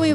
位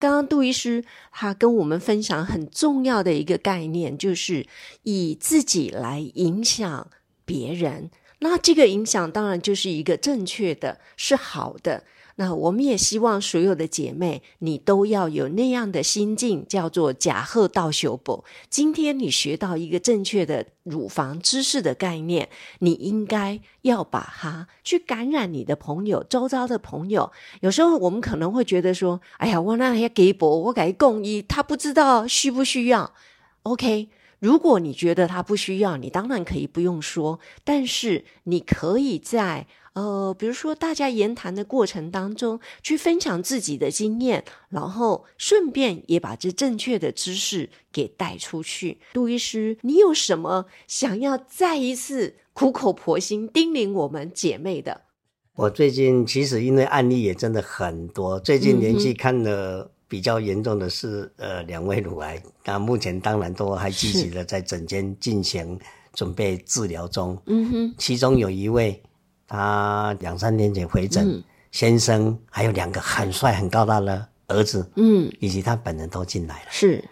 刚刚杜医师他跟我们分享很重要的一个概念，就是以自己来影响别人。那这个影响当然就是一个正确的，是好的。那我们也希望所有的姐妹，你都要有那样的心境，叫做假贺道修补。今天你学到一个正确的乳房知识的概念，你应该要把它去感染你的朋友、周遭的朋友。有时候我们可能会觉得说：“哎呀，我那些给博，我给共医，他不知道需不需要。”OK。如果你觉得他不需要，你当然可以不用说，但是你可以在呃，比如说大家言谈的过程当中，去分享自己的经验，然后顺便也把这正确的知识给带出去。杜医师，你有什么想要再一次苦口婆心叮咛我们姐妹的？我最近其实因为案例也真的很多，最近连续看了、嗯。比较严重的是，呃，两位乳癌，那目前当然都还积极的在诊间进行准备治疗中。嗯哼，其中有一位，他两三年前回诊，嗯、先生还有两个很帅很高大的儿子，嗯，以及他本人都进来了。是，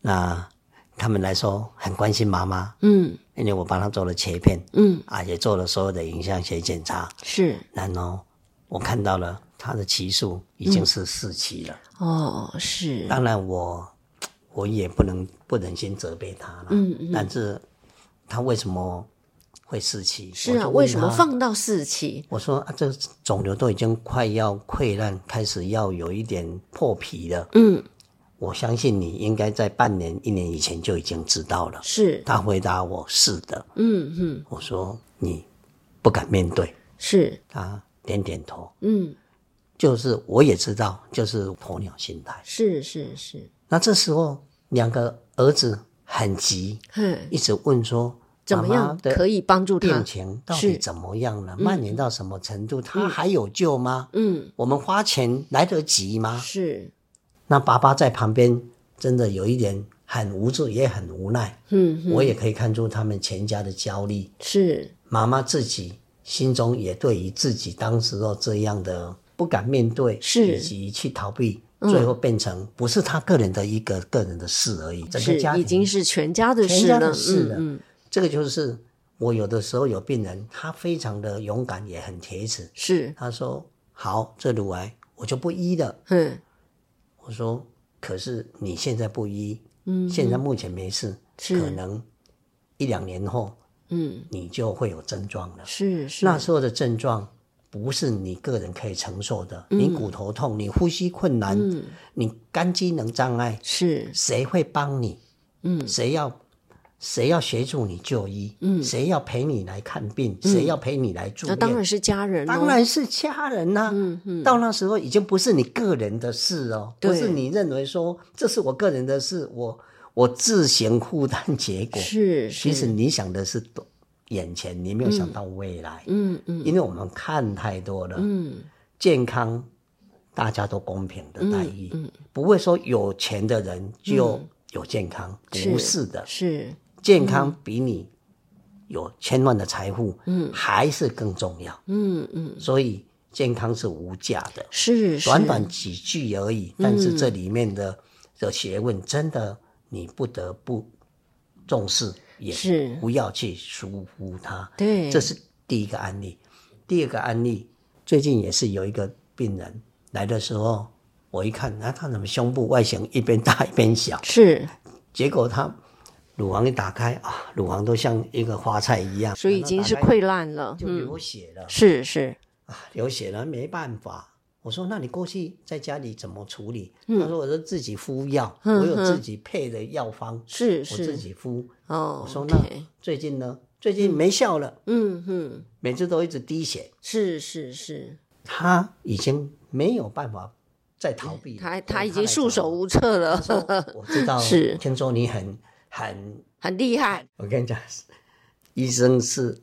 那他们来说很关心妈妈，嗯，因为我帮他做了切片，嗯，啊，也做了所有的影像学检查，是，然后我看到了。他的期数已经是四期了、嗯、哦，是。当然我，我我也不能不忍心责备他了。嗯嗯。但是，他为什么会四期？是啊，为什么放到四期？我说啊，这肿瘤都已经快要溃烂，开始要有一点破皮了。嗯。我相信你应该在半年、一年以前就已经知道了。是。他回答我是的。嗯嗯。我说你不敢面对。是。他点点头。嗯。就是我也知道，就是鸵鸟心态。是是是。那这时候两个儿子很急，一直问说怎么样可以帮助他？病情到底怎么样了？蔓延到什么程度？他还有救吗？嗯，我们花钱来得及吗？是。那爸爸在旁边真的有一点很无助，也很无奈。嗯，我也可以看出他们全家的焦虑。是。妈妈自己心中也对于自己当时候这样的。不敢面对，是以及去逃避，最后变成不是他个人的一个个人的事而已，整个家庭已经是全家的事了。事了嗯嗯，这个就是我有的时候有病人，他非常的勇敢，也很铁齿。是，他说：“好，这乳癌我就不医了。”嗯，我说：“可是你现在不医，嗯，现在目前没事，可能一两年后，嗯，你就会有症状了。是是，那时候的症状。”不是你个人可以承受的。嗯、你骨头痛，你呼吸困难，嗯、你肝机能障碍，是谁会帮你？嗯，谁要谁要协助你就医？嗯，谁要陪你来看病？嗯谁要陪你来住那院？当然是家人、哦，当然是家人呐、嗯嗯，到那时候已经不是你个人的事哦，对不是你认为说这是我个人的事，我我自行负担结果。是是，其实你想的是眼前，你没有想到未来。嗯嗯因为我们看太多了，嗯，健康大家都公平的待遇，嗯嗯嗯不会说有钱的人就有健康，不是的，是健康比你有千万的财富，嗯还是更重要。嗯嗯所以健康是无价的，是嗯是短短几句而已，但是这里面的的学问真的你不得不重视，也是不要去疏忽它。对，这是第一个案例。第二个案例，最近也是有一个病人来的时候，我一看，啊，他怎么胸部外形一边大一边小？ 是，结果他乳房一打开啊，乳房都像一个花菜一样，所以已经是溃烂了，嗯就流血了、是是啊， 流血了没办法。我说，那你过去在家里怎么处理？他说，我就自己敷药，嗯我有自己配的药方，是我自是，己敷。哦，我说，那 OK 最近呢？最近没效了，嗯嗯，每次都一直滴血。是是是，他已经没有办法再逃避了，他对他已经束手无无策策。他了，说：“我知道，是听说你很很， 很厉害，我跟你讲，医生是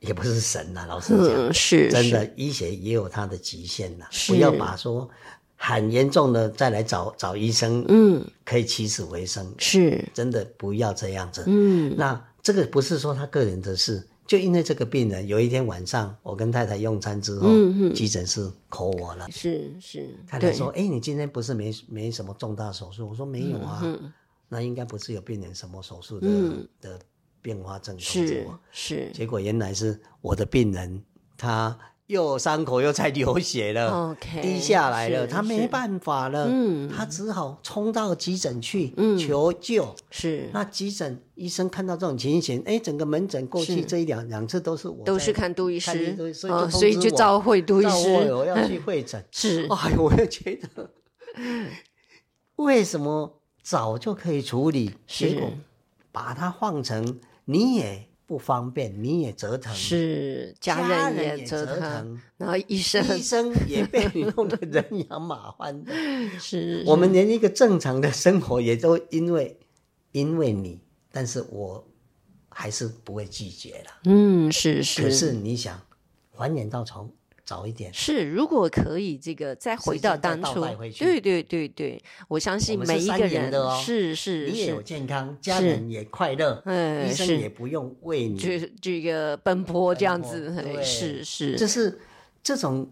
也不是神呐、老实讲，嗯，是真是的，医学也有它的极限呐、是不要把说很严重的再来找找医生，嗯，可以起死回生，是，真的不要这样子。嗯那这个不是说他个人的事，就因为这个病人有一天晚上，我跟太太用餐之后，嗯嗯急诊室 call 我了，是是，太太对，说：“哎、你今天不是没没什么重大手术？”我说：“没有啊，嗯，那应该不是有病人什么手术的、嗯的并发症通知是我。是”，结果原来是我的病人，他又伤口又在流血了哦 OK，滴下来了，是他是没办法了，嗯他只好冲到急诊去、嗯求救。是那急诊医生看到这种情形，哎，整个门诊过去是这一两两次都是我都在是看杜医看师杜医师，哦所所以以就通知就我召会杜医到师。我要去会诊 是哎，我又觉得为什么早就可以处理，是结果把它换成你也不方便，你也折腾，是，家家人人也折腾，腾，然后医生医生也被你弄得人仰马翻的。 是我们连一个正常的生活也都因为因为你，但是我还是不会拒绝了。嗯是是可是你想还原到从早一点，是，如果可以，这个再回时间到再当倒初带回，去对对对对，我相信我们是每一三个赢人的哦是是你也有是，健康，家人也快乐，嗯医生是也不用为你，这这个奔波这样奔波子，嘿对是是，这是这种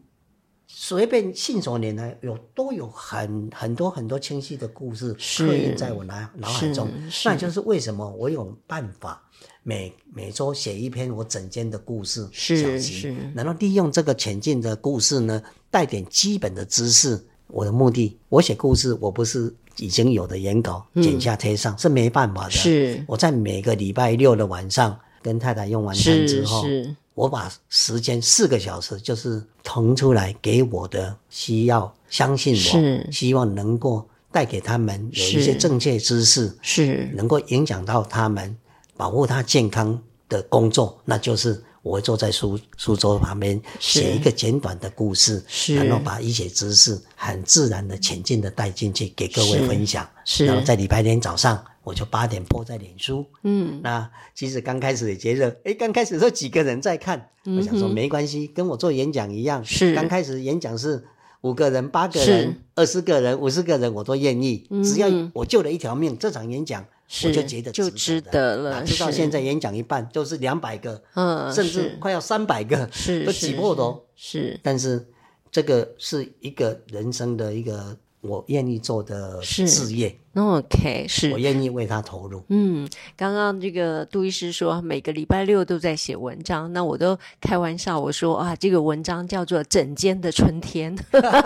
随便信手拈来，有都有很很多很多清晰的故事是刻印在我脑脑海中是。是那也就是为什么我有办法每每周写一篇我整间的故事是小集是然后利用这个前进的故事呢，带点基本的知识。我的目的，我写故事，我不是已经有的原稿剪下贴上、是没办法的。嗯是我在每个礼拜六的晚上跟太太用完餐之是后，是我把时间四个小时，就是腾出来给我的需要，相信是我，希望能够带给他们有一些是正确知识，是能够影响到他们，保护他健康的工作，那就是我会坐在书书桌旁边是写一个简短的故事，是然后把医学知识很自然的、前进的带进去给各位是分享。是然后在礼拜天早上，我就八点播在脸书，嗯那其实刚开始也觉得，哎，刚开始的时候几个人在看，我想说没关系，跟我做演讲一样，嗯是刚开始演讲是五个人、八个人是、嗯二十个人、五十个人我都愿意，只要我救了一条命，这场演讲是我就觉得就值得了哪知道是现在演讲一半就是两百个，嗯甚是至快要三百个，是都是挤破头。是但是这个是一个人生的一个我愿意做的是事业， OK 我是。愿意为他投入。嗯，刚刚这个杜医师说每个礼拜六都在写文章，那我都开玩笑我说啊，这个文章叫做《整间的春天》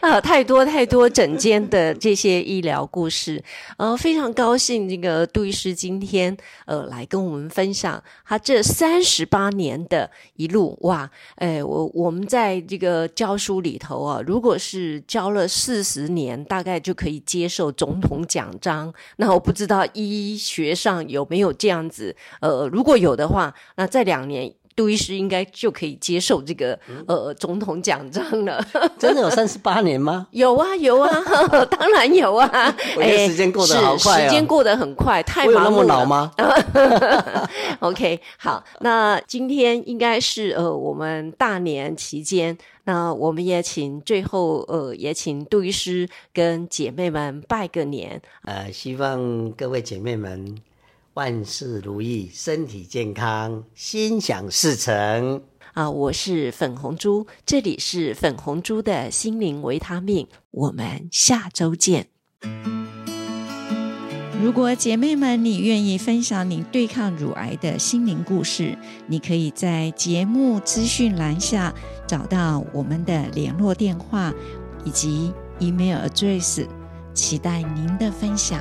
啊，太多太多整间的这些医疗故事，呃，非常高兴这个杜医师今天呃来跟我们分享他这三十八年的一路哇，哎，我我们在这个教书里头啊，如果是教了四十年，大概就可以接受总统奖章。那我不知道医学上有没有这样子，呃，如果有的话，那在两年。杜医师应该就可以接受这个呃总统奖章了。 真的有三十八年吗？有啊， 有啊，当然有啊。 我觉得时间过得哎好快是啊时间过得很快，太我有忙碌那么了老。吗？ OK，好，那今天应该是呃我们大年期间，那我们也请最后呃也请杜医师跟姐妹们拜个年，呃，希望各位姐妹们万事如意，身体健康，心想事成。啊，我是粉红猪，这里是粉红猪的心灵维他命，我们下周见。如果姐妹们你愿意分享你对抗乳癌的心灵故事，你可以在节目资讯栏下找到我们的联络电话以及 email address，期待您的分享。